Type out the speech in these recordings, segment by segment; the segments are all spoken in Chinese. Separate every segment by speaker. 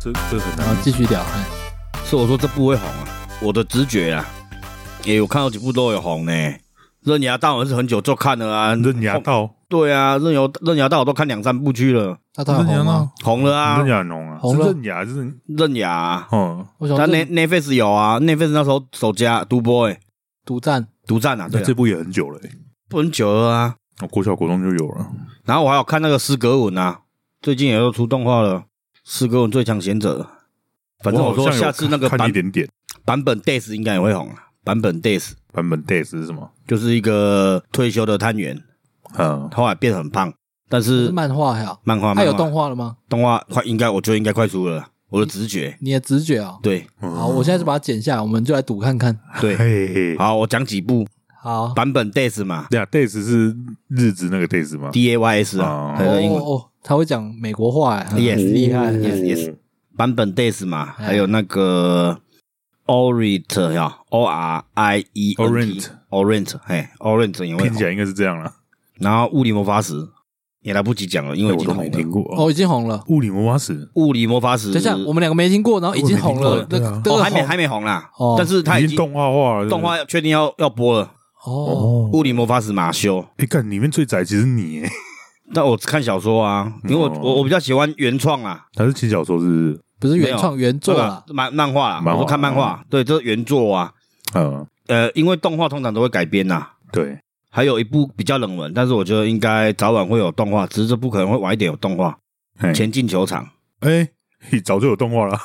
Speaker 1: 这这很
Speaker 2: 然后
Speaker 1: 难。
Speaker 2: 继续聊，哎
Speaker 3: 所以我说这部会红啊，我的直觉啊，也、有看到几部都有红呢、刃牙大我是很久就看了啊，
Speaker 1: 刃牙
Speaker 3: 后
Speaker 1: 道，
Speaker 3: 对啊，刃牙刃牙大我都看两三部去了，
Speaker 2: 他当
Speaker 1: 刃
Speaker 2: 然
Speaker 1: 牙
Speaker 2: 红吗
Speaker 1: 道？，
Speaker 3: 红了啊
Speaker 1: 刃，牙浓啊，
Speaker 2: 红
Speaker 1: 是
Speaker 2: 了
Speaker 1: 刃牙是
Speaker 3: 刃牙啊、
Speaker 1: 嗯，
Speaker 2: 我想
Speaker 3: 但
Speaker 2: 那
Speaker 3: 那那 face 有啊，那 face 那时候首家独播哎，
Speaker 2: 独占
Speaker 3: 独占啊，对
Speaker 1: 那
Speaker 3: 啊
Speaker 1: 这部也很久了欸，
Speaker 3: 不能久了啊。
Speaker 1: 我国小国中就有了。
Speaker 3: 然后我还有看那个斯格文啊，最近也又出动画了，斯格文最强贤者。反正我
Speaker 1: 好
Speaker 3: 说
Speaker 1: 像有
Speaker 3: 下次那个
Speaker 1: 看看
Speaker 3: 版
Speaker 1: 一点点
Speaker 3: 版本 days 应该也会红啊，版本 days
Speaker 1: 版本 days 是什么？
Speaker 3: 就是一个退休的探员，
Speaker 1: 嗯，
Speaker 3: 后来变得很胖，但
Speaker 2: 是
Speaker 3: 是
Speaker 2: 漫画呀，
Speaker 3: 漫
Speaker 2: 嗯
Speaker 3: 画
Speaker 2: 他有
Speaker 3: 漫画
Speaker 2: 动画了吗？
Speaker 3: 动画快应该我觉得应该快出了，我的直觉
Speaker 2: 你的直觉啊、
Speaker 3: 对
Speaker 2: 好，我现在就把它剪下来，我们就来赌看看。
Speaker 3: 对。
Speaker 1: 嗯嘿嘿，
Speaker 3: 好，我讲几部
Speaker 2: 好，
Speaker 3: 版本 days 嘛
Speaker 1: 对啊，days 是日子那个 days 吗？
Speaker 3: ，D A Y S 啊，
Speaker 1: 哦
Speaker 3: 它
Speaker 2: 哦
Speaker 3: 的英文
Speaker 2: 哦哦，他会讲美国话哎，很
Speaker 3: Yes
Speaker 2: 厉害。嗯
Speaker 3: Yes Yes 版本 days 嘛，
Speaker 1: 哎
Speaker 3: 还有那个 orient 呀，O R I E
Speaker 1: Orient
Speaker 3: orient 嘿 orient 也会
Speaker 1: 拼哦
Speaker 3: 红
Speaker 1: 起，来应该是这样了。
Speaker 3: 然后物理魔法石也来不及讲了，因为
Speaker 1: 哎
Speaker 3: 已
Speaker 1: 我
Speaker 3: 经
Speaker 1: 都
Speaker 3: 红
Speaker 1: 没
Speaker 3: 了
Speaker 1: 听。过哦
Speaker 2: 哦，已经红了。
Speaker 1: 物理魔法使
Speaker 3: 物理魔法石，
Speaker 2: 等一下，我们两个没听过，然后已经红
Speaker 1: 我也
Speaker 2: 了
Speaker 1: 没，
Speaker 2: 那
Speaker 1: 听过对啊
Speaker 2: 个这
Speaker 3: 嗯哦
Speaker 2: 个
Speaker 3: 还没
Speaker 2: 红
Speaker 3: 还没红啦
Speaker 2: 哦，
Speaker 3: 但是它
Speaker 1: 已
Speaker 3: 已
Speaker 1: 经
Speaker 3: 经
Speaker 1: 动画化了，
Speaker 3: 动画确定要要播了，
Speaker 2: 哦，
Speaker 1: 哦。
Speaker 3: 物理魔法使马修。
Speaker 1: 哎，看里面最宅其实你，哎
Speaker 3: 但我看小说啊，因为我
Speaker 1: 哦
Speaker 3: 我我比较喜欢原创啊，
Speaker 1: 他是轻小说是不是？
Speaker 2: 不是原创原作
Speaker 3: 对
Speaker 2: 啦
Speaker 3: 吧，？漫漫画啦，
Speaker 1: 漫画
Speaker 3: 我都看漫画，对，这是原作啊。
Speaker 1: 嗯，
Speaker 3: 呃，因为动画通常都会改编呐，
Speaker 1: 对，
Speaker 3: 还有一部比较冷门，但是我觉得应该早晚会有动画，只是这部可能会晚一点有动画。
Speaker 1: 嘿
Speaker 3: 前进球场
Speaker 1: 哎，嘿早就有动画了。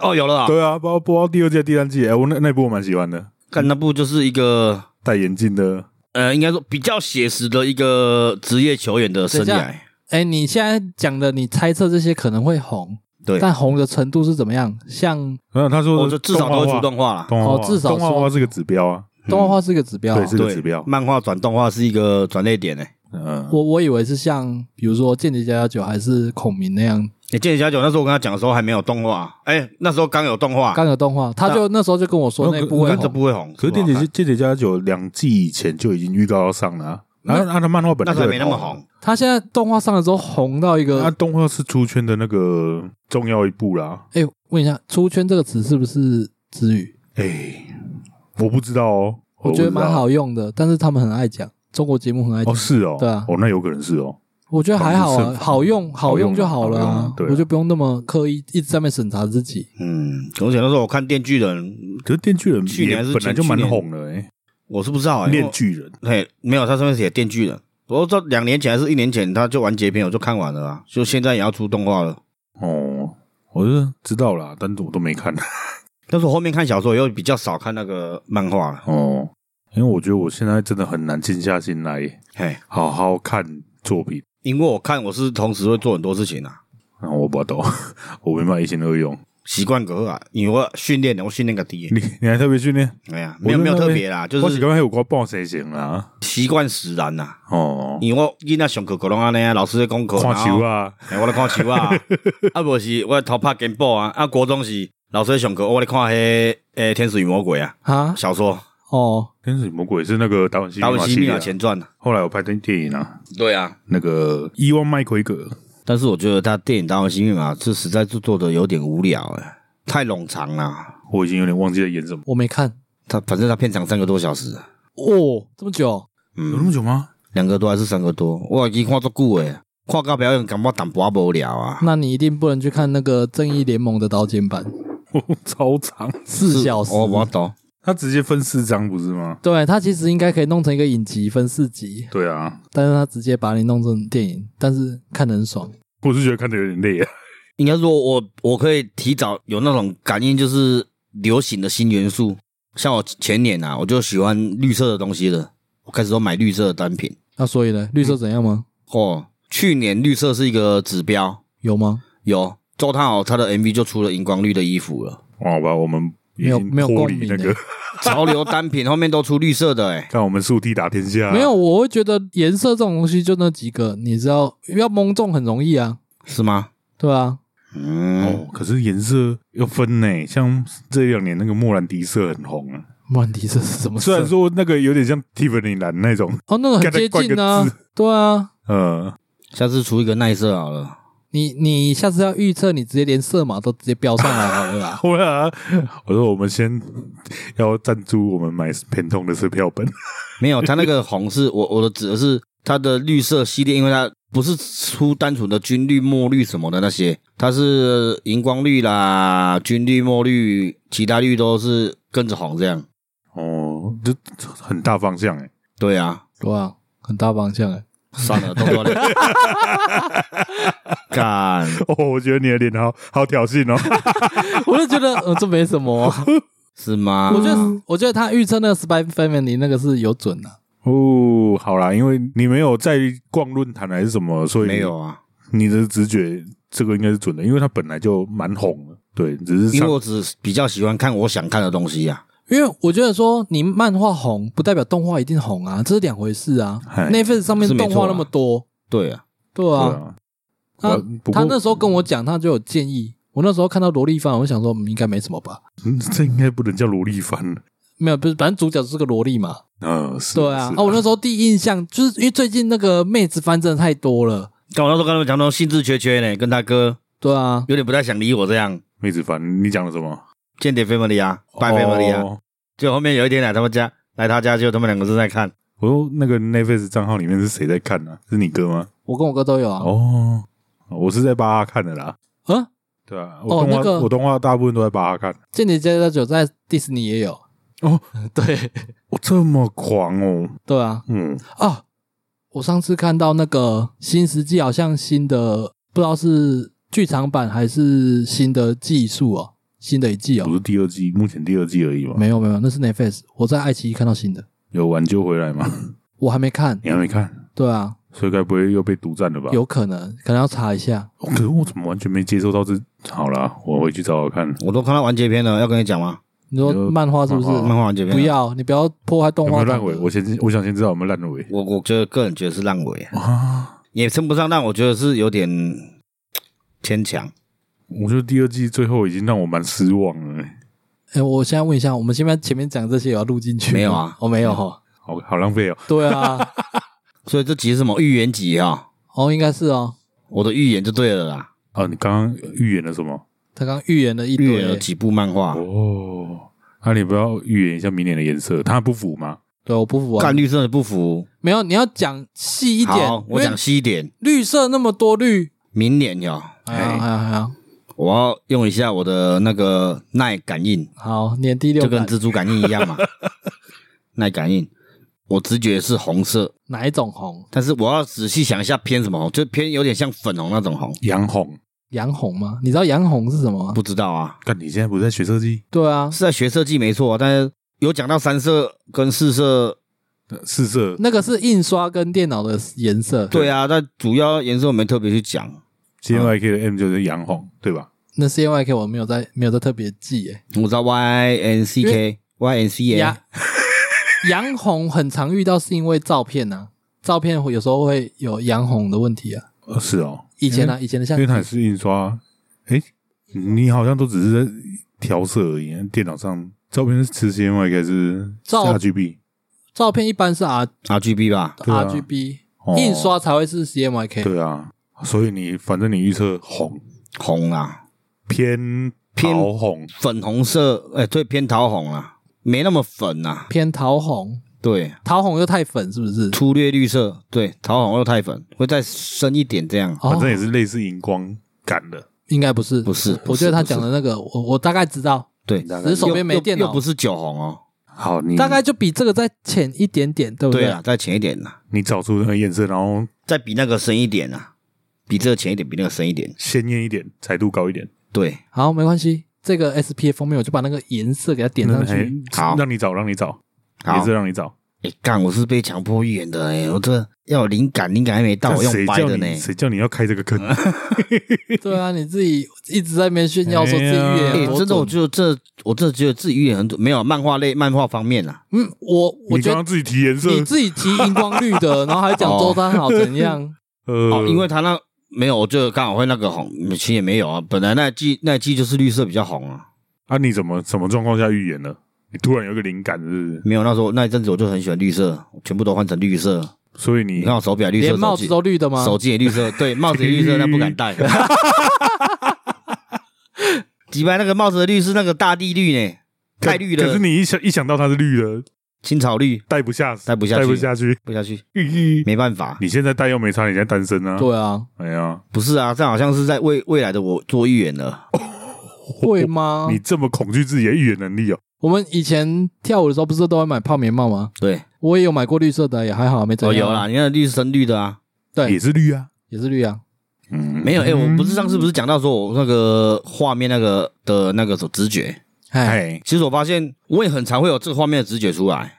Speaker 3: 哦，有了啊，
Speaker 1: 对啊，包播到第二季、还是第三季，哎，我那那部我蛮喜欢的，
Speaker 3: 看那部就是一个
Speaker 1: 戴眼镜的，
Speaker 3: 呃，应该说比较写实的一个职业球员的生
Speaker 2: 等一
Speaker 3: 涯
Speaker 2: 下。哎，你现在讲的，你猜测这些可能会红，
Speaker 3: 对
Speaker 2: 但红的程度是怎么样？像
Speaker 1: 嗯，他说
Speaker 3: 我
Speaker 1: 的
Speaker 3: 哦就至少都会出动画啦。
Speaker 1: 动画化，
Speaker 2: 哦至少
Speaker 1: 动画
Speaker 2: 说
Speaker 1: 化是个指标啊，
Speaker 2: 动画化是一个指标啊，
Speaker 1: 对，是个
Speaker 3: 对
Speaker 1: 指标，
Speaker 3: 漫画转动画是一个转捩点诶、欸。
Speaker 1: 嗯，
Speaker 2: 我我以为是像比如说《间谍加加酒》还是孔明那样，
Speaker 3: 你见小九那时候我跟他讲的时候还没有动画，哎、那时候刚有动画，
Speaker 2: 刚有动画，他就那时候就跟我说
Speaker 1: 那
Speaker 2: 那
Speaker 1: 个
Speaker 2: 部会
Speaker 3: 但这
Speaker 2: 红，
Speaker 3: 不会红。
Speaker 1: 可是《
Speaker 3: 不
Speaker 1: 电
Speaker 3: 好
Speaker 1: 解
Speaker 3: 看
Speaker 1: 电解加九》两季以前就已经预告要上了、啊，然后他的漫画本
Speaker 3: 那
Speaker 1: 来
Speaker 3: 时
Speaker 1: 就很
Speaker 3: 候还没那么红，
Speaker 2: 他现在动画上了之后红到一
Speaker 1: 啊，那
Speaker 2: 个，
Speaker 1: 动画是出圈的那个重要一步啦。
Speaker 2: 哎，问一下“出圈”这个词是不是词语？
Speaker 1: 哎、我不知道哦，
Speaker 2: 我
Speaker 1: 不
Speaker 2: 觉得
Speaker 1: 知道
Speaker 2: 蛮好用的，但是他们很爱讲，中国节目很爱讲。
Speaker 1: 哦，是哦，
Speaker 2: 对啊
Speaker 1: 哦，那有可能是哦，
Speaker 2: 我觉得还
Speaker 1: 搞
Speaker 2: 好
Speaker 1: 不
Speaker 2: 啊，
Speaker 1: 是
Speaker 2: 好用好用就好了、
Speaker 1: 好用啊
Speaker 2: 啊，
Speaker 1: 对啊
Speaker 2: 我就不用那么刻意一直在那边审查自己。
Speaker 3: 嗯，而且那时候我看《电锯人》，
Speaker 1: 可是《电锯人》
Speaker 3: 去
Speaker 1: 也
Speaker 3: 年还是
Speaker 1: 本来就
Speaker 3: 前
Speaker 1: 蛮
Speaker 3: 去年
Speaker 1: 红的哎、
Speaker 3: 我是不知道、欸，
Speaker 1: 炼巨人》
Speaker 3: 嘿，没有，他上面写《电锯人》，我这两年前还是一年前他就完结篇，我就看完了啊，就现在也要出动画了。
Speaker 1: 哦，我是知道啦，但是我都没看
Speaker 3: 但是我后面看小说又比较少看那个漫画了，
Speaker 1: 哦，因为我觉得我现在真的很难静下心来
Speaker 3: 嘿，
Speaker 1: 好好看作品，
Speaker 3: 因为我看我是同时会做很多事情啊，
Speaker 1: 然后我不懂， 我没办法一心二用。
Speaker 3: 习惯隔阂啊，你我训练的，我训练个低，
Speaker 1: 你你还特别训练？
Speaker 3: 哎呀，
Speaker 1: 我
Speaker 3: 没有
Speaker 1: 就
Speaker 3: 没有
Speaker 1: 那
Speaker 3: 特
Speaker 1: 边
Speaker 3: 别啦，就
Speaker 1: 我是
Speaker 3: 是
Speaker 1: 刚才有我报谁行啦？
Speaker 3: 习惯使然呐、
Speaker 1: 哦，
Speaker 3: 因为我囡仔上课可拢安尼啊，老师在讲课，
Speaker 1: 看球
Speaker 3: 啊，
Speaker 1: 啊，
Speaker 3: 嘿我咧看球 啊，啊无是我头拍根报啊，啊国中是老师在上课，我咧看迄、诶、天使与魔鬼》啊，
Speaker 2: 啊，
Speaker 3: 小说
Speaker 2: 哦，
Speaker 1: 天使与魔鬼是那个达文西
Speaker 3: 《达文西
Speaker 1: 系
Speaker 3: 密码
Speaker 1: 列啊
Speaker 3: 前传》啊，
Speaker 1: 后来有拍成电影啊，
Speaker 3: 对啊，
Speaker 1: 那个伊万麦奎格，
Speaker 3: 但是我觉得他电影《达文西密码》这实在是做的有点无聊哎、太冗长了，
Speaker 1: 我已经有点忘记在演什么，
Speaker 2: 我没看
Speaker 3: 他反正他片长三个多小时，啊
Speaker 2: 哦，这么久，
Speaker 1: 有那么
Speaker 3: 嗯，
Speaker 1: 久 吗？
Speaker 3: 两个多还是三个多，我已经看足久诶，看到表演感觉淡薄仔无聊啊，
Speaker 2: 那你一定不能去看那个《正义联盟》的导剪版，
Speaker 1: 超长，
Speaker 2: 四小时。
Speaker 1: 哦
Speaker 3: 我我懂。
Speaker 1: 他直接分四章不是吗？
Speaker 2: 对，它其实应该可以弄成一个影集，分四集，
Speaker 1: 对啊，
Speaker 2: 但是它直接把你弄成电影，但是看得很爽。
Speaker 1: 我是觉得看的有点累啊。
Speaker 3: 应该说我，我可以提早有那种感应，就是流行的新元素。像我前年啊，我就喜欢绿色的东西了，我开始都买绿色的单品。
Speaker 2: 那所以呢，绿色怎样吗？
Speaker 3: 哦，去年绿色是一个指标，
Speaker 2: 有吗？
Speaker 3: 有周汤豪他的 MV 就出了荧光绿的衣服了。
Speaker 1: 哦好吧，我们已
Speaker 2: 没有
Speaker 1: 经
Speaker 2: 没有
Speaker 1: 脱
Speaker 2: 共
Speaker 1: 离
Speaker 2: 鸣
Speaker 1: 那个
Speaker 2: 欸，
Speaker 3: 潮流单品后面都出绿色的、欸，
Speaker 1: 看我们速踢打天下，
Speaker 2: 没有，我会觉得颜色这种东西就那几个，你知道要蒙中很容易啊，
Speaker 3: 是吗？
Speaker 2: 对啊，
Speaker 3: 嗯，
Speaker 1: 哦。可是颜色要分呢，像这两年那个莫兰迪色很红啊，
Speaker 2: 曼迪色是什么色？
Speaker 1: 虽然说那个有点像 Tiffany 蓝那种，
Speaker 2: 哦，那个很接近
Speaker 1: 干脆冠
Speaker 2: 啊
Speaker 1: 个，
Speaker 2: 对啊，
Speaker 1: 呃，
Speaker 3: 下次出一个耐色好了。
Speaker 2: 你你下次要预测，你直接连色码都直接标上来好了啦。
Speaker 1: 后来啊我说我们先要赞助我们买偏痛的车票本，
Speaker 3: 没有，它那个红是 我我的指的是它的绿色系列，因为它不是出单纯的军绿、墨绿什么的那些，它是荧光绿啦、军绿、墨绿，其他绿都是跟着红这样。
Speaker 1: 哦，这这很大方向哎，
Speaker 3: 对啊，
Speaker 2: 对啊，很大方向哎。
Speaker 3: 算了，都过来。 干，
Speaker 1: 哦，我觉得你的脸好好挑衅哦，
Speaker 2: 我就觉得呃这没什么 啊、
Speaker 3: 是吗？
Speaker 2: 我觉得我觉得他预测那个 Spy Family 那个是有准的、
Speaker 1: 哦，好啦，因为你没有在逛论坛还是什么，所以
Speaker 3: 没有啊，
Speaker 1: 你的直觉这个应该是准的，因为它本来就蛮红的，对，只是
Speaker 3: 因为
Speaker 1: 上
Speaker 3: 我只比较喜欢看我想看的东西啊呀、
Speaker 2: 因为我觉得说你漫画红不代表动画一定红啊，这是两回事啊
Speaker 1: 嗨。
Speaker 2: Netflix 上面
Speaker 3: 是没
Speaker 2: 动
Speaker 3: 错
Speaker 2: 画
Speaker 3: 啊
Speaker 2: 那么多，
Speaker 3: 对啊，
Speaker 2: 对
Speaker 1: 对
Speaker 2: 啊，
Speaker 1: 啊，
Speaker 2: 他
Speaker 1: 呃不
Speaker 2: 他
Speaker 1: 过
Speaker 2: 那时候跟我讲，他就有建议。我那时候看到萝莉番，我就想说，嗯，应该没什么吧？
Speaker 1: 嗯 这应该不能叫萝莉番了，
Speaker 2: 没有，不是，反正主角就是个萝莉嘛。
Speaker 1: 嗯，是
Speaker 2: 对啊
Speaker 1: 是，
Speaker 2: 啊，我那时候第一印象就是因为最近那个妹子番真的太多了。
Speaker 3: 但我那时候跟他们讲说兴致缺缺呢，跟他哥
Speaker 2: 对啊，
Speaker 3: 有点不太想理我这样。
Speaker 1: 妹子番，你讲的什么？
Speaker 3: 间谍 family 啊，拜 family 啊，
Speaker 1: 哦
Speaker 3: 就后面有一天来他们家，来他家就他们两个正在看，
Speaker 1: 我说那个 Netflix 账号里面是谁在看呢、是你哥吗？
Speaker 2: 我跟我哥都有啊。
Speaker 1: 哦，我是在巴哈看的啦。
Speaker 2: 啊，
Speaker 1: 对啊，我动画、
Speaker 2: 那个
Speaker 1: 我动画大部分都在巴哈看。
Speaker 2: 间谍加加酒在迪士尼也有。
Speaker 1: 哦，
Speaker 2: 对
Speaker 1: 我哦这么狂哦，
Speaker 2: 对啊
Speaker 1: 嗯，
Speaker 2: 啊！我上次看到那个新世纪，好像新的不知道是剧场版还是新的技术哦，新的一季
Speaker 1: 不
Speaker 2: 哦。
Speaker 1: 是第二季，目前第二季而已嘛。
Speaker 2: 没有没有，那是 Netflix，我在爱奇艺看到新的，
Speaker 1: 有挽救回来吗？
Speaker 2: 我还没看。
Speaker 1: 你还没看，
Speaker 2: 对啊，
Speaker 1: 所以该不会又被独占了吧？
Speaker 2: 有可能，可能要查一下。
Speaker 1: 哦，可是我怎么完全没接收到这？好啦，我回去找找看。
Speaker 3: 我都看到完结篇了，要跟你讲吗？
Speaker 2: 你说
Speaker 1: 有
Speaker 2: 漫画是不是？
Speaker 1: 漫
Speaker 3: 漫画完结篇了
Speaker 2: 不，要，你不要破坏动
Speaker 1: 有没
Speaker 2: 画
Speaker 1: 啊有
Speaker 2: 党
Speaker 1: 烂
Speaker 2: 的。
Speaker 1: 尾？我先我想先知道有没有烂尾
Speaker 3: 我我觉得个人觉得是烂尾，
Speaker 1: 啊！
Speaker 3: 也称不上烂，我觉得是有点牵强。
Speaker 1: 我觉得第二季最后已经让我蛮失望了、欸
Speaker 2: 哎，我现在问一下，我们现在前面讲这些有要录进去吗哦
Speaker 3: 没有啊
Speaker 2: 我没有 哈。
Speaker 1: 好好浪费哦。
Speaker 2: 对啊，
Speaker 3: 所以这集是什么预言集啊、
Speaker 2: 哦，应该是哦。
Speaker 3: 我的预言就对了啦。
Speaker 1: 啊，你刚刚预言了什么？
Speaker 2: 他刚预言了一
Speaker 3: 预言有
Speaker 2: 堆，
Speaker 3: 几部漫
Speaker 1: 啊
Speaker 3: 画，
Speaker 1: 哦，那、你不要预言一下明年的颜色，它不符吗？
Speaker 2: 对，我不服啊
Speaker 3: 干。绿色的不服。
Speaker 2: 没有，你要讲细一点
Speaker 3: 好，。我
Speaker 2: 因为
Speaker 3: 讲细一点，
Speaker 2: 绿色那么多绿，
Speaker 3: 明年呀，
Speaker 2: 哎呀
Speaker 1: 哎
Speaker 2: 哎呀哎呀，
Speaker 3: 我要用一下我的那个耐感应，
Speaker 2: 好，年第
Speaker 3: 就
Speaker 2: 六
Speaker 3: 跟
Speaker 2: 感
Speaker 3: 蜘蛛感应 一样嘛。耐感应，我直觉是红色，
Speaker 2: 哪一种红？
Speaker 3: 但是我要仔细想一下偏什么红，就偏有点像粉红那种红，
Speaker 1: 杨红，
Speaker 2: 洋红吗？你知道洋红是什么吗？
Speaker 3: 不知道啊，
Speaker 1: 但你现在不是在学设计？
Speaker 2: 对啊，
Speaker 3: 是在学设计没错啊，但是有讲到三色跟四色，
Speaker 1: 呃四色
Speaker 2: 那个是印刷跟电脑的颜色，
Speaker 3: 对啊，但主要颜色我没特别去讲，
Speaker 1: CMYK 的 M 就是杨红，对吧？
Speaker 2: 那 CMYK 我没有在没有在特别记诶。
Speaker 3: 我知道 Y N C
Speaker 2: 因
Speaker 3: K Y N C A
Speaker 2: 洋洋红很常遇到是因为照片呐、照片有时候会有洋红的问题啊。
Speaker 1: 呃，是哦，
Speaker 2: 以前
Speaker 3: 嗯
Speaker 2: 啊，以前的
Speaker 1: 因
Speaker 2: 像
Speaker 1: 为它也是印刷。哎，你好像都只是在调色而已，电脑上照片是吃 CMYK 是是
Speaker 2: 照
Speaker 1: RGB
Speaker 2: 照片一般是 R
Speaker 3: R G B 吧，
Speaker 1: 对啊
Speaker 2: RGB，、
Speaker 1: 哦
Speaker 2: 印刷才会是 CMYK。
Speaker 1: 对啊，所以你反正你预测红
Speaker 3: 红啊，
Speaker 1: 偏
Speaker 3: 偏
Speaker 1: 桃红，
Speaker 3: 粉红色，哎、对，偏桃红啊，没那么粉啊，
Speaker 2: 偏桃红，
Speaker 3: 对，
Speaker 2: 桃红又太粉，是不是？
Speaker 3: 粗略绿色，对，桃红又太粉，会再深一点这样。
Speaker 2: 哦
Speaker 1: 反正也是类似荧光感的。
Speaker 2: 应该不是，
Speaker 3: 不是不
Speaker 2: 我
Speaker 3: 是
Speaker 2: 觉得他
Speaker 3: 不是
Speaker 2: 讲的那个，我我大概知道，
Speaker 3: 对，
Speaker 1: 大
Speaker 2: 只
Speaker 1: 概
Speaker 2: 是手边没电
Speaker 3: 又
Speaker 2: 脑，
Speaker 3: 又不是酒红哦，
Speaker 1: 好，你
Speaker 2: 大概就比这个再浅一点点，对不
Speaker 3: 对啊，再浅一点呐、
Speaker 1: 你找出那个颜色，然后
Speaker 3: 再比那个深一点呐、比这个浅一点，比那个深一点，
Speaker 1: 鲜艳一点，彩度高一点，
Speaker 3: 对，
Speaker 2: 好，没关系，这个 S P 的封面我就把那个颜色给它点上去。
Speaker 1: 那还
Speaker 3: 好
Speaker 1: 哎让你找，让你找，
Speaker 3: 好
Speaker 1: 颜色，让你找。
Speaker 3: 哎、干，我是被强迫预言的、哎，我这要有灵感，灵感还没到，我
Speaker 1: 但
Speaker 3: 用
Speaker 1: 谁
Speaker 3: 白
Speaker 1: 叫
Speaker 3: 的呢
Speaker 1: 你，谁叫你要开这个 坑？
Speaker 2: 对啊，你自己一直在那边炫耀说自己预
Speaker 1: 哎
Speaker 3: 哎、
Speaker 2: 言多准
Speaker 3: 真的，我就这，我真的觉得自己预言很准，没有漫画类漫画方面啊，
Speaker 2: 嗯，我我
Speaker 1: 你
Speaker 2: 觉
Speaker 1: 刚
Speaker 2: 得
Speaker 1: 刚自己提 颜色
Speaker 2: 你，自己提荧光绿的，然后还讲周丹好怎 样，
Speaker 1: 呃
Speaker 3: 哦，，因为他那没有，我就刚好会那个红，其实也没有啊。本来那一季那一季就是绿色比较红啊，
Speaker 1: 啊，你怎么什么状况下预言了？你突然有一个灵感，是不是？
Speaker 3: 没有那时候那一阵子我就很喜欢绿色，全部都换成绿色。
Speaker 1: 所以
Speaker 3: 你
Speaker 1: 你
Speaker 3: 看我手表绿色，
Speaker 2: 连帽
Speaker 3: 手
Speaker 2: 子
Speaker 3: 机
Speaker 2: 都绿的吗？
Speaker 3: 手机也绿色， 对，帽子也绿色，但不敢戴。 几白那个帽子的绿是那个大地绿呢，
Speaker 1: 可
Speaker 3: 太绿了
Speaker 1: 可是你一想一想到它是绿的，
Speaker 3: 青草绿
Speaker 1: 戴不下，
Speaker 3: 戴不下去
Speaker 1: 戴不下去。
Speaker 3: 不下去，
Speaker 1: 咦
Speaker 3: 没办法。
Speaker 1: 你现在戴又没差，你现在单身啊？
Speaker 2: 对啊，
Speaker 1: 哎呀，
Speaker 3: 不是啊，这好像是在为未来的我做预言了。
Speaker 2: 会吗？
Speaker 1: 你这么恐惧自己的语言能力哦？
Speaker 2: 我们以前跳舞的时候不是都会买泡棉帽吗？
Speaker 3: 对，
Speaker 2: 我也有买过绿色的，也还好，没怎
Speaker 3: 哦
Speaker 2: 样。
Speaker 3: 有啦，，你看绿是深绿的啊，
Speaker 2: 对
Speaker 1: 也是绿啊。
Speaker 2: 也是绿啊。
Speaker 1: 嗯，
Speaker 3: 没有哎、诶我不
Speaker 1: 嗯
Speaker 3: 是上次不是讲到说我那个画面那个的那个什么直觉，
Speaker 2: 哎，
Speaker 1: 哎，
Speaker 3: 其实我发现我也很常会有这个画面的直觉出来，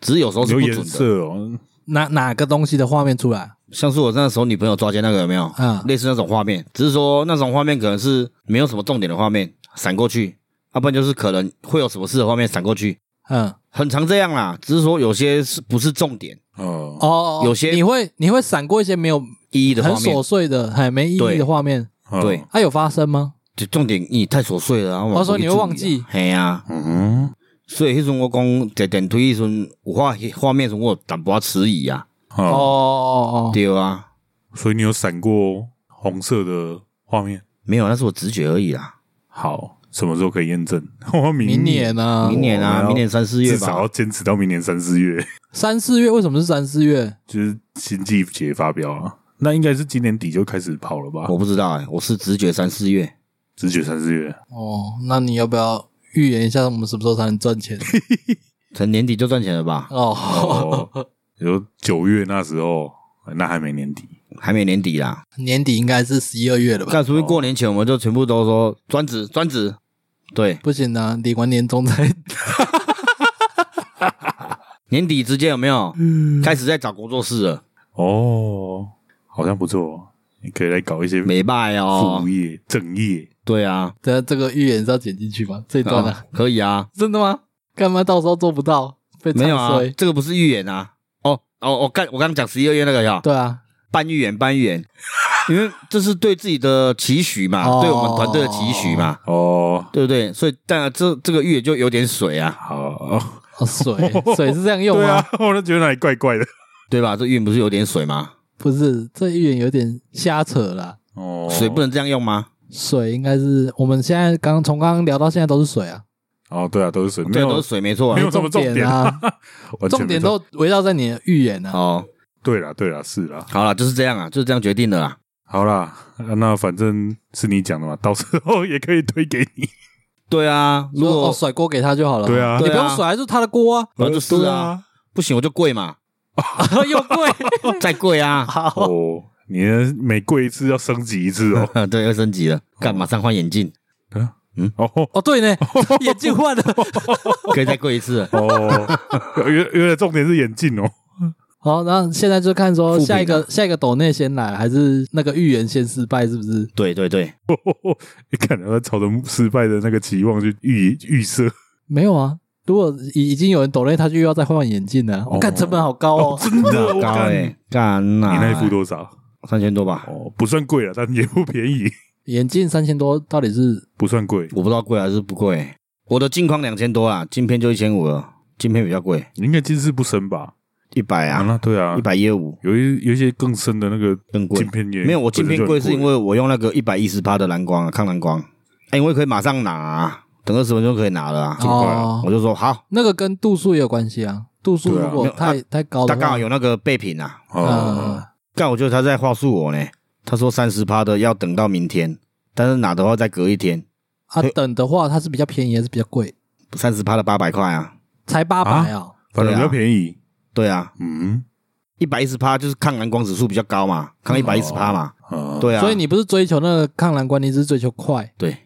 Speaker 3: 只是有时候是
Speaker 1: 有
Speaker 3: 不
Speaker 1: 颜
Speaker 3: 准的。
Speaker 1: 色哦，
Speaker 2: 哪哪个东西的画面出来？
Speaker 3: 像是我那时候女朋友抓奸那个有没有？
Speaker 2: 嗯
Speaker 3: 类似那种画面，只是说那种画面可能是没有什么重点的画面，闪过去，要、不然就是可能会有什么事的画面闪过去，
Speaker 2: 嗯，
Speaker 3: 很常这样啦。只是说有些是不是重点
Speaker 1: 哦，
Speaker 2: 哦，
Speaker 3: 有些
Speaker 2: 你会你会闪过一些没有
Speaker 3: 意义的
Speaker 2: 很
Speaker 3: 画面
Speaker 2: 琐，碎的、很没意义
Speaker 3: 对
Speaker 2: 的画面，
Speaker 1: 哦
Speaker 3: 对，
Speaker 2: 它有发生吗？
Speaker 3: 就重点你太琐碎了，然后
Speaker 2: 我说你会
Speaker 3: 不去注意啊
Speaker 2: 忘记
Speaker 3: 嘿呀、啊。
Speaker 1: 嗯，
Speaker 3: 所以迄阵我讲在电梯迄阵，有画画面的时候我有淡薄仔迟疑啊，
Speaker 2: 哦
Speaker 1: 哦，
Speaker 2: 哦哦哦，
Speaker 3: 对啊，
Speaker 1: 所以你有闪过红色的画面？
Speaker 3: 没有，那是我直觉而已啦。
Speaker 1: 好，什么时候可以验证？我
Speaker 2: 明年啊，
Speaker 3: 明年
Speaker 1: 我
Speaker 3: 啊，
Speaker 1: 要
Speaker 3: 明年三四
Speaker 1: 至
Speaker 3: 月
Speaker 1: 少
Speaker 3: 吧
Speaker 1: 要，坚持到明年三四月，
Speaker 2: 三四月为什么是三四月？
Speaker 1: 就是新季节发表啊。那应该是今年底就开始跑了吧？
Speaker 3: 我不知道哎、我是直觉三四月。
Speaker 1: 直觉三四月，
Speaker 2: 哦，那你要不要预言一下我们什么时候才能赚钱？
Speaker 3: 成年底就赚钱了吧？
Speaker 2: 哦，
Speaker 1: 哦，有九月那时候，那还没年底，
Speaker 3: 还没年底啦，
Speaker 2: 年底应该是十一二月了吧？
Speaker 3: 但
Speaker 1: 哦
Speaker 3: 除非过年前我们就全部都说专职专职，对，
Speaker 2: 不行啊，领完年终才
Speaker 3: 年底之间有没有
Speaker 1: 嗯
Speaker 3: 开始在找工作室了？
Speaker 1: 哦，好像不错哦，你可以来搞一些
Speaker 3: 没拜哦
Speaker 1: 副，业、正业，
Speaker 3: 对啊，
Speaker 2: 等下这个预言是要剪进去吗？这一段啊，
Speaker 3: 哦可以啊，
Speaker 2: 真的吗？干嘛到时候做不到被唱
Speaker 3: 没有啊
Speaker 2: 衰？，
Speaker 3: 这个不是预言啊，哦哦，我刚我刚讲十一二月那个呀，
Speaker 2: 对啊，
Speaker 3: 半预言半预言，因为这是对自己的期许
Speaker 2: 哦
Speaker 3: 嘛，对我们团队的期许嘛，
Speaker 1: 哦，
Speaker 3: 对不对？所以当然这这个预言就有点水啊，
Speaker 1: 好，
Speaker 2: 哦水水是这样用
Speaker 1: 对
Speaker 2: 吗
Speaker 1: 啊？， 我都觉得哪里怪怪的，
Speaker 3: 对吧？这预言不是有点水吗？
Speaker 2: 不是，这预言有点瞎扯啦。
Speaker 1: 哦，
Speaker 3: 水不能这样用吗？
Speaker 2: 水应该是我们现在刚从刚刚聊到现在都是水啊，
Speaker 1: 哦，对啊，都是水，没
Speaker 3: 对啊，都
Speaker 1: 有
Speaker 3: 是水没错啊
Speaker 1: 没，有什么重点
Speaker 2: 啊，
Speaker 1: 完全
Speaker 2: 重
Speaker 1: 没
Speaker 2: 点
Speaker 1: 错
Speaker 2: 都围绕在你的预言啊。
Speaker 3: 哦，
Speaker 1: 对啦，对啦，是啦，
Speaker 3: 好了，就是这样啊，就是这样决定的啦。
Speaker 1: 好啦，啊那反正是你讲的嘛，到时候也可以推给你，
Speaker 3: 对啊，如
Speaker 2: 如果
Speaker 3: 果
Speaker 2: 哦甩锅给他就好了，
Speaker 1: 对啊
Speaker 2: 你不
Speaker 3: 对
Speaker 2: 用
Speaker 3: 啊
Speaker 2: 甩，就是他的锅啊，
Speaker 3: 反正就是
Speaker 1: 对
Speaker 3: 啊，，不行我就跪嘛，
Speaker 2: 又贵。
Speaker 1: 嗯
Speaker 3: 再跪 啊！
Speaker 2: 好，
Speaker 1: 哦，你的每跪一次要升级一次哦，
Speaker 3: 对，又升级了，干马上换眼镜，
Speaker 1: 哦
Speaker 2: 哦对呢，眼镜换了，
Speaker 3: 可以再跪一 次了。
Speaker 1: 哦，原原来重点是眼镜哦，
Speaker 2: 好，那现在就看说
Speaker 3: 复评啊
Speaker 2: 下一个下一个抖内先来，还是那个预言先失败，是不是？
Speaker 3: 对对对，
Speaker 1: 你看他朝着失败的那个期望去预预设，
Speaker 2: 没有啊，如果已已经有人抖内，他就又要再换眼镜了。我看成本好高哦，
Speaker 1: 真的，我
Speaker 3: 高
Speaker 1: 干
Speaker 3: 哎，干呐！
Speaker 1: 你那一副多少？
Speaker 3: 三千多吧？
Speaker 1: 哦，不算贵了，但也不便宜，
Speaker 2: 眼镜三千多，到底是
Speaker 1: 不算贵，
Speaker 3: 我不知道贵还是不贵。我的镜框两千多啦，啊镜片就一千五了，镜片比较贵，
Speaker 1: 你应该近视不深吧？
Speaker 3: 一百
Speaker 1: 啊，
Speaker 3: 啊，
Speaker 1: 那对啊
Speaker 3: 一，百一五
Speaker 1: 有一有一些更深的那个
Speaker 3: 更贵
Speaker 1: 镜。片也
Speaker 3: 没有，我镜片贵
Speaker 1: 本身就很
Speaker 3: 是因为我用那个一百一十帕的蓝光啊，抗蓝光，哎，因为可以马上拿啊，等二十分钟可以拿了啊。
Speaker 1: 么快啊
Speaker 2: 哦
Speaker 3: 我，就说好，那
Speaker 2: 那个跟度数也有关系啊。度数
Speaker 1: 对啊
Speaker 2: 如果
Speaker 3: 没
Speaker 2: 太太高的
Speaker 3: 他
Speaker 2: 话，
Speaker 3: 刚好有那个备品啊，
Speaker 1: 哦
Speaker 2: 嗯，
Speaker 3: 但我觉得他在话术我呢。他说三十趴的要等到明天，但是拿的话再隔一天，
Speaker 2: 啊，等的话它是比较便宜还是比较贵？
Speaker 3: 三十趴的八百块啊。
Speaker 2: 才八百啊，
Speaker 1: 反正比较
Speaker 3: 对啊
Speaker 1: 便宜，
Speaker 3: 对啊，
Speaker 1: 嗯
Speaker 3: 一百一十趴就是抗蓝光指数比较高嘛，抗一百一十趴嘛。
Speaker 1: 啊，
Speaker 3: 对啊，
Speaker 2: 哦所以你不是追求那个抗蓝光，你只是追求快。
Speaker 3: 对，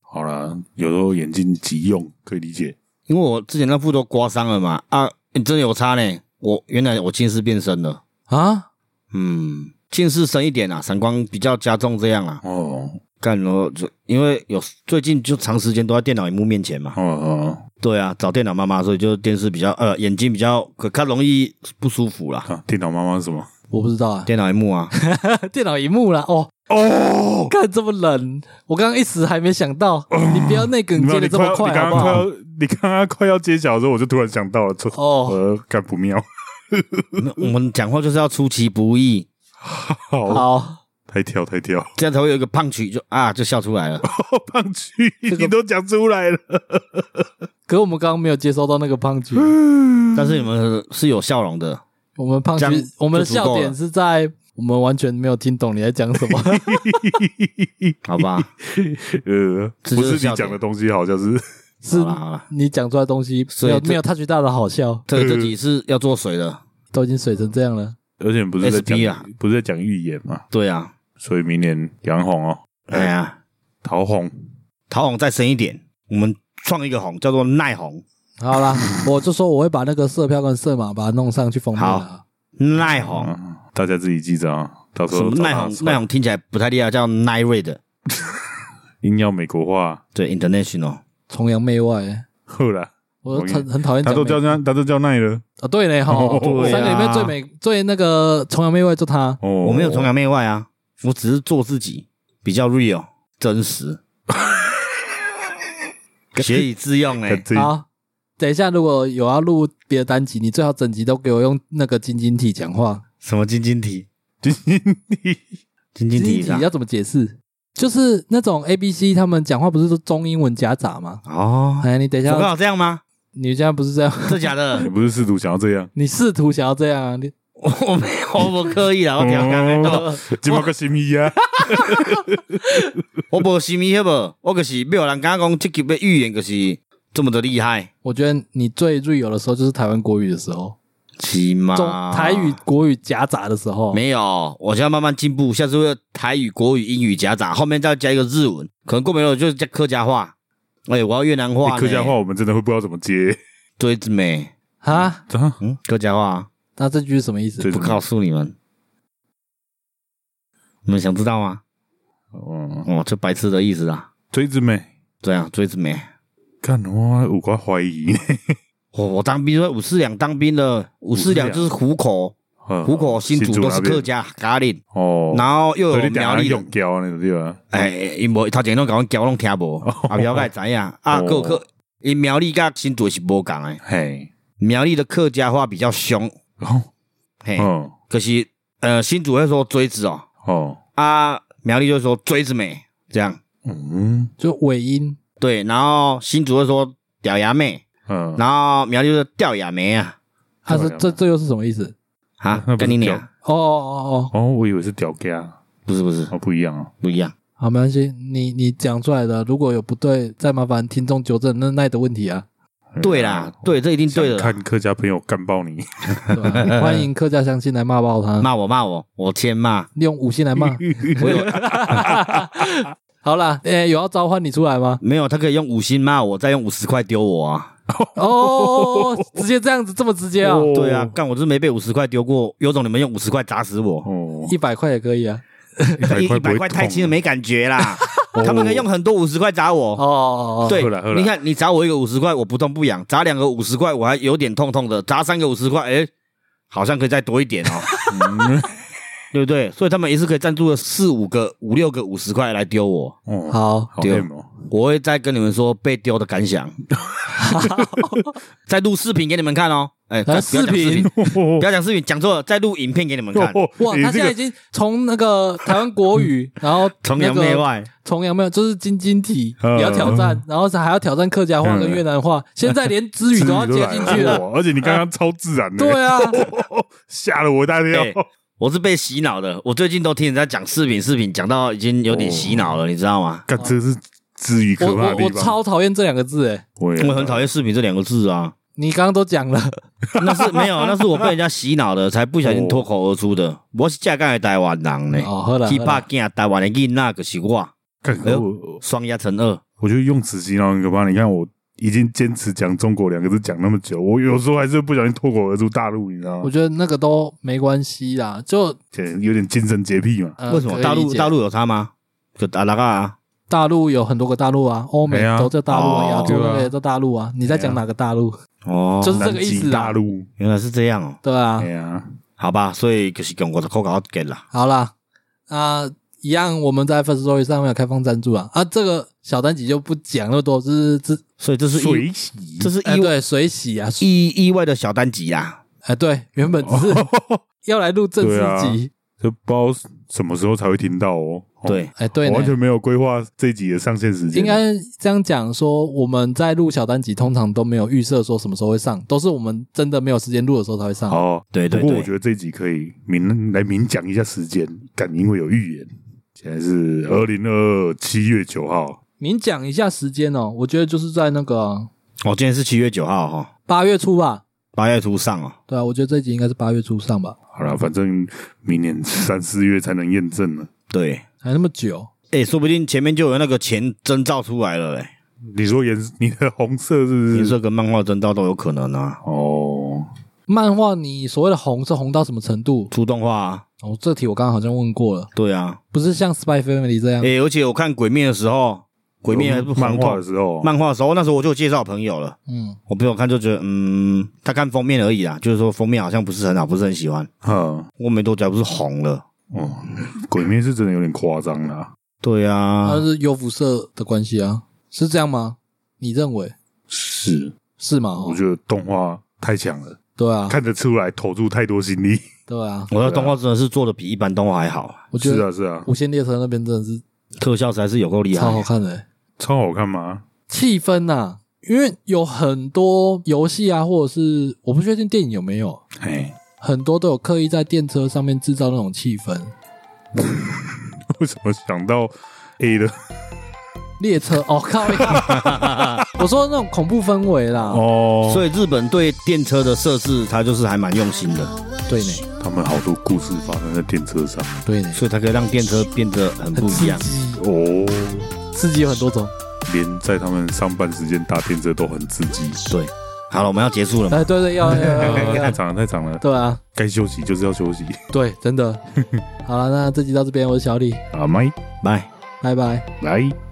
Speaker 1: 好啦，有时候眼睛急用可以理解。
Speaker 3: 因为我之前那副都刮伤了嘛，啊，你真的有差呢。我原来我近视变深了，
Speaker 2: 啊，
Speaker 3: 嗯，近视深一点啊，散光比较加重这样啊。
Speaker 1: 哦
Speaker 3: 干了就因为有最近就长时间都在电脑荧幕面前嘛
Speaker 1: 哦，哦
Speaker 3: 对啊，找电脑妈妈，所以就电视比较呃眼睛比较可看容易不舒服啦。
Speaker 1: 啊！电脑妈妈是什么？
Speaker 2: 我不知道啊，
Speaker 3: 电脑荧幕啊，
Speaker 2: 电脑荧幕啦，哦，
Speaker 1: 哦，
Speaker 2: 看这么冷，我刚刚一时还没想到，你不要内
Speaker 1: 你
Speaker 2: 梗
Speaker 1: 没有
Speaker 2: 接的
Speaker 1: 你
Speaker 2: 这
Speaker 1: 快要，
Speaker 2: 么
Speaker 1: 你
Speaker 2: 快
Speaker 1: 刚
Speaker 2: 好
Speaker 1: 刚
Speaker 2: 不
Speaker 1: 快
Speaker 2: 好
Speaker 1: 要，？你刚刚快要揭晓的时候，我就突然想到了，错，
Speaker 2: 哦，
Speaker 1: 呃，干不妙，
Speaker 3: 没有 我们讲话就是要出其不意，
Speaker 1: 好，
Speaker 2: 好，
Speaker 1: 太跳太跳，
Speaker 3: 这样才会有一个胖曲就啊就笑出来 了。
Speaker 1: 胖菊
Speaker 2: 这个
Speaker 1: 你都讲出来了，
Speaker 2: 可是我们刚刚没有接收到那个 胖菊，
Speaker 3: 但是你们是有笑容的，
Speaker 2: 我们胖菊
Speaker 3: 这样，
Speaker 2: 我们的
Speaker 3: 就足够
Speaker 2: 笑点
Speaker 3: 了
Speaker 2: 是在我们完全没有听懂你在讲什么。
Speaker 3: 好 吧？
Speaker 1: 呃，
Speaker 3: 这
Speaker 1: 不
Speaker 3: 就是是
Speaker 1: 你
Speaker 3: 笑点
Speaker 1: 讲的东西，好像是
Speaker 2: 是
Speaker 3: 好啦好啦
Speaker 2: 你讲出来的东西
Speaker 3: 所
Speaker 2: 没
Speaker 3: 以
Speaker 2: 有
Speaker 3: 这
Speaker 2: 没有 touch 到的好笑，
Speaker 3: 这个这集是要做水的，
Speaker 2: 都已经水成这样了。
Speaker 1: 而且不是在
Speaker 3: SP
Speaker 1: 讲
Speaker 3: 啊，
Speaker 1: 不是在讲预言嘛，
Speaker 3: 对啊，
Speaker 1: 所以明年杨红哦，
Speaker 3: 哎呀，
Speaker 1: 桃红，
Speaker 3: 陶红再深一点，我们创一个红叫做耐红，
Speaker 2: 好啦，我就说我会把那个色票跟色码把它弄上去封面啊。
Speaker 3: 耐红
Speaker 1: 嗯，大家自己记着啊，到时
Speaker 3: 什
Speaker 1: 候
Speaker 3: 么
Speaker 1: 找
Speaker 3: 耐
Speaker 1: 他
Speaker 3: 红
Speaker 1: 算
Speaker 3: 耐红听起来不太厉害，叫 n i r e d
Speaker 1: 硬要美国话，
Speaker 3: 对 international
Speaker 2: 崇洋媚外、
Speaker 1: 后啦，
Speaker 2: 我
Speaker 1: 我跟你
Speaker 2: 很很讨厌
Speaker 1: 他
Speaker 2: 讲
Speaker 1: 都
Speaker 2: 美
Speaker 1: 叫他他都叫奈了，
Speaker 2: 啊，对 嘞哈，
Speaker 1: 哦对啊
Speaker 2: 三个里面最美最那个崇洋媚外就他，
Speaker 1: 哦，
Speaker 3: 我没有崇洋媚外啊，我只是做自己，比较 real 真实，学以致用哎、
Speaker 1: 看这
Speaker 2: 好。等一下，如果有要录别的单集，你最好整集都给我用那个晶晶体讲话。
Speaker 3: 什么晶晶体？
Speaker 1: 今天
Speaker 3: 晶晶
Speaker 2: 晶
Speaker 3: 体
Speaker 2: 晶
Speaker 3: 是吧
Speaker 2: 体要怎么解释？就是那种 A B C 他们讲话不是都中英文夹杂吗？
Speaker 3: 哦，
Speaker 2: 哎，你等一
Speaker 3: 我刚
Speaker 2: 下，
Speaker 3: 好这样 吗？
Speaker 2: 你现在不是这样，
Speaker 3: 真假
Speaker 1: 你
Speaker 3: 的？
Speaker 1: 不是试图想要这样，
Speaker 2: 你试图想要这样啊？你
Speaker 3: 我 我没有，我刻意啦，我调侃到，
Speaker 1: 今麦个新意啊，
Speaker 3: 我无心意好不？我可是没有人敢讲这集的预言，可是这么的厉害，
Speaker 2: 我觉得你最 real 的时候就是台湾国语的时候，
Speaker 3: 是吗
Speaker 2: 中台语国语夹杂的时候。
Speaker 3: 啊没有，我现在慢慢进步，下次会有台语、国语、英语夹杂，后面再加一个日文，可能过没多久就是加客家话。哎、我要越南话、
Speaker 1: 欸客家话，我们真的会不知道怎么接，
Speaker 3: 对子美，
Speaker 2: 啊，
Speaker 1: 啊，
Speaker 3: 嗯，客家话
Speaker 2: 那这句是什么意思
Speaker 1: 对？
Speaker 3: 不告诉你们，你们想知道吗？
Speaker 1: 嗯，
Speaker 3: 哦，这白痴的意思啊，
Speaker 1: 锥子妹，
Speaker 3: 对啊，锥子美。
Speaker 1: 看我有寡怀疑呢，
Speaker 3: 我、哦我当兵，五四两当兵的，五四两就是虎口，
Speaker 1: 嗯
Speaker 3: 虎口新竹都是客家咖喱，
Speaker 1: 哦，
Speaker 3: 然后又
Speaker 1: 所以
Speaker 3: 有
Speaker 1: 你讲
Speaker 3: 苗
Speaker 1: 啊
Speaker 3: 栗人
Speaker 1: 用胶那个地方，
Speaker 3: 哎，因无头前拢甲阮交拢听无，
Speaker 1: 哦
Speaker 3: 啊了解知影啊，个客因苗栗甲新竹是无共诶，
Speaker 1: 嘿，
Speaker 3: 苗栗的客家话比较凶，
Speaker 1: 哦，
Speaker 3: 嘿，
Speaker 1: 嗯，
Speaker 3: 可是呃新竹会说锥子哦，
Speaker 1: 哦，
Speaker 3: 啊苗栗就说锥子妹这样，
Speaker 1: 嗯，
Speaker 2: 就尾音
Speaker 3: 对，然后新竹会说屌牙妹，
Speaker 1: 嗯，
Speaker 3: 然后苗栗就是掉牙妹啊，
Speaker 2: 啊，
Speaker 1: 对
Speaker 2: 这
Speaker 1: 啊
Speaker 2: 这这又是什么意思？
Speaker 3: 啊
Speaker 1: 那，不是
Speaker 3: 跟你
Speaker 1: 屌
Speaker 3: 俩
Speaker 2: 哦哦哦哦，
Speaker 1: 哦，我以为是屌家，
Speaker 3: 不是不是
Speaker 1: 哦，不一样啊，
Speaker 3: 不一样，
Speaker 2: 好，没关系，你你讲出来的，如果有不对，再麻烦听众纠正，那奈的问题啊，
Speaker 3: 对啦，
Speaker 1: 哦
Speaker 3: 对，这一
Speaker 2: 嗯
Speaker 3: 定对
Speaker 1: 嗯想
Speaker 3: 的，
Speaker 1: 看客家朋友干爆你，
Speaker 2: 对吧欢迎客家乡亲来骂爆他，
Speaker 3: 骂我骂我，我先骂，
Speaker 2: 用五星来骂。
Speaker 3: 我有？
Speaker 2: 好啦，诶、有要召唤你出来吗
Speaker 3: 没有他可以用五星骂我，再用五十块丢我啊。
Speaker 2: 哦，直接这样子，这么直接啊？
Speaker 1: 哦
Speaker 3: 对啊，干我就是没被五十块丢过，有种你们用五十块砸死我，
Speaker 1: 哦，
Speaker 2: 一百块也可以啊。
Speaker 3: 一
Speaker 1: 一
Speaker 3: 一百块太轻了没感觉啦，他们可以用很多五十块砸
Speaker 2: 哦
Speaker 3: 我。
Speaker 2: 哦哦，
Speaker 3: 对
Speaker 1: 好啦好啦，
Speaker 3: 你看你砸我一个五十块，我不痛不痒；砸两个五十块，我还有点痛痛的；砸三个五十块，哎、好像可以再多一点哦，
Speaker 1: 嗯
Speaker 3: 对不对？所以他们也是可以赞助了四五个、五六个五十块来丢我，
Speaker 1: 哦，
Speaker 2: 好，
Speaker 1: 好
Speaker 3: 对
Speaker 1: M 哦，
Speaker 3: 我会再跟你们说被丢的感 想，再录视频给你们看哦。哎、不要
Speaker 2: 来
Speaker 3: 讲视频，不要讲视频，讲错了，再录影片给你们看。
Speaker 2: 哇，他现在已经从那个台湾国语， 然后
Speaker 3: 崇洋媚，外，
Speaker 2: 崇洋媚外就是晶晶体
Speaker 1: 嗯
Speaker 2: 也要挑战，然后是还要挑战客家话跟越南话，现在连知语都要接进去了。
Speaker 1: 了，而且你刚刚超自然的，
Speaker 2: 对啊，
Speaker 1: 吓了我一大跳。
Speaker 3: 哎我是被洗脑的，我最近都听人家讲视频，视频讲到已经有点洗脑
Speaker 2: 哦
Speaker 3: 了，你知道吗？
Speaker 1: 干，这是至于
Speaker 2: 我
Speaker 1: 可怕
Speaker 2: 我
Speaker 1: 的地
Speaker 2: 我
Speaker 1: 方。
Speaker 2: 超讨厌这两个字诶，
Speaker 1: 我也
Speaker 3: 我很讨厌“视频”这两个字啊，
Speaker 2: 你刚刚都讲了，
Speaker 3: 那是没有，那是我被人家洗脑的，才不小心脱口而出的。我是嫁给台湾人呢，
Speaker 2: 哦，喝了，
Speaker 3: 去
Speaker 2: 好
Speaker 3: 怕
Speaker 2: 啦
Speaker 3: 囝台湾的囡仔就是我，
Speaker 1: 干。
Speaker 3: 哎呦
Speaker 1: 我
Speaker 3: 双压成二。
Speaker 1: 我觉得用词形容很可怕。你看，我已经坚持讲中国两个字讲那么久，我有时候还是不小心脱口而出大陆，你知道
Speaker 2: 嗯我
Speaker 1: 吗？
Speaker 2: 觉得那个都没关系啦，就
Speaker 1: 可能有点精神洁癖嘛。
Speaker 2: 呃
Speaker 3: 为什么大
Speaker 2: 可以理
Speaker 3: 陆
Speaker 2: 解
Speaker 3: 大陆有他吗？就阿拉个啊，
Speaker 2: 大陆有很多个大陆啊，欧美
Speaker 1: 哎呀
Speaker 2: 都叫大陆啊，
Speaker 3: 哦
Speaker 2: 亚洲那
Speaker 1: 对
Speaker 2: 个
Speaker 1: 啊哎
Speaker 2: 也叫大陆啊，你在讲哪个大陆？
Speaker 3: 哦，
Speaker 2: 就是这
Speaker 1: 南
Speaker 2: 个意
Speaker 1: 极
Speaker 2: 思
Speaker 1: 大
Speaker 2: 啊，
Speaker 1: 陆，
Speaker 3: 原来是这样哦，
Speaker 2: 对啊
Speaker 1: 哎，呀，
Speaker 3: 好吧，所以就是用我的口搞给啦。
Speaker 2: 好啦，啊、一样，我们在 First Story 上面有开放赞助啊。啊，这个小单集就不讲那么多，就是这
Speaker 3: 所以这是意，
Speaker 1: 水洗
Speaker 3: 这是
Speaker 2: 哎、
Speaker 3: 意外，
Speaker 2: 对水洗啊，
Speaker 3: 意意外的小单集啦。
Speaker 2: 哎，对，原本只是
Speaker 1: 哦
Speaker 2: 要来录正式集，
Speaker 1: 这不知道什么时候才会听到哦。哦
Speaker 3: 对，
Speaker 2: 哎，对
Speaker 1: 我
Speaker 2: 呢，
Speaker 1: 完全没有规划这一集的上线时间。
Speaker 2: 应该这样讲说，我们在录小单集通常都没有预设说什么时候会上，都是我们真的没有时间录的时候才会上。
Speaker 1: 哦，
Speaker 3: 对对
Speaker 1: 不过
Speaker 3: 对
Speaker 1: 我觉得这一集可以明来明讲一下时间，敢因为有预言，现在是二零二二七月九号，
Speaker 2: 您讲一下时间哦，我觉得就是在那个
Speaker 3: 哦，今天是七月九号哈、哦，
Speaker 2: 八月初吧。
Speaker 3: 八月初上哦。
Speaker 2: 对啊，我觉得这集应该是八月初上吧，
Speaker 1: 好了，反正明年三四月才能验证了。
Speaker 3: 对，
Speaker 2: 还那么久。
Speaker 3: 哎，说不定前面就有那个前征兆出来了嘞，
Speaker 1: 你说颜， 你的红色是不
Speaker 3: 你
Speaker 1: 是？
Speaker 3: 这跟漫画征兆都有可能啊，
Speaker 1: 哦，
Speaker 2: 漫画你所谓的红是红到什么程度？
Speaker 3: 出动画、啊。
Speaker 2: 哦，这题我刚刚好像问过了，
Speaker 3: 对啊，
Speaker 2: 不是像《Spy Family》这样。
Speaker 3: 哎，而且我看《鬼灭》的时候，《鬼灭》还不
Speaker 1: 有
Speaker 3: 红
Speaker 1: 漫
Speaker 3: 透
Speaker 1: 画的时候，
Speaker 3: 漫画的时候，那时候我就有介绍朋友了。
Speaker 2: 嗯，
Speaker 3: 我朋友看就觉得，嗯，他看封面而已啦，就是说封面好像不是很好，不是很喜欢。
Speaker 1: 嗯，
Speaker 3: 过没多久不是红了？
Speaker 1: 哦，鬼面是真的有点夸张啦，
Speaker 3: 对啊
Speaker 2: 它，是有辐射的关系啊，是这样吗？你认为
Speaker 1: 是，
Speaker 2: 是吗？
Speaker 1: 我
Speaker 2: 哦
Speaker 1: 觉得动画太强了，
Speaker 2: 对啊，
Speaker 1: 看得出来投入太多心力。
Speaker 2: 对啊，
Speaker 3: 我的动画真的是做的比一般动画还好，
Speaker 2: 我觉
Speaker 1: 是
Speaker 2: 得《
Speaker 1: 啊，是啊，
Speaker 2: 无限列车》那边真的是
Speaker 3: 特效才是有够厉害
Speaker 2: 超。好看的、欸，
Speaker 1: 超好看吗？
Speaker 2: 气氛呐、因为有很多游戏啊，或者是我不确定电影有没有，
Speaker 1: 哎，
Speaker 2: 很多都有刻意在电车上面制造那种气氛。
Speaker 1: 为什么想到 A 的？
Speaker 2: 列车哦，靠！ 我说那种恐怖氛围啦，
Speaker 1: 哦，
Speaker 3: 所以日本对电车的设置，它就是还蛮用心的，
Speaker 2: 对呢，
Speaker 1: 他们好多故事发生在电车上。
Speaker 2: 对呢，
Speaker 3: 所以它可以让电车变得很
Speaker 2: 很
Speaker 3: 不一
Speaker 2: 刺
Speaker 3: 样。
Speaker 2: 激，
Speaker 1: 哦，
Speaker 2: 刺激有很多 种。
Speaker 1: 连在他们上班时间搭电车都很刺激。
Speaker 3: 对，好了，我们要结束了嘛？
Speaker 2: 哎，对对，要要 要要
Speaker 1: 太
Speaker 2: 要，
Speaker 1: 长了，太长了，
Speaker 2: 对啊，
Speaker 1: 该休息就是要休息。
Speaker 2: 对， 真的。好了，那这集到这边，我是小李，
Speaker 1: 阿麦，
Speaker 3: 拜。
Speaker 2: 拜拜。
Speaker 1: 来。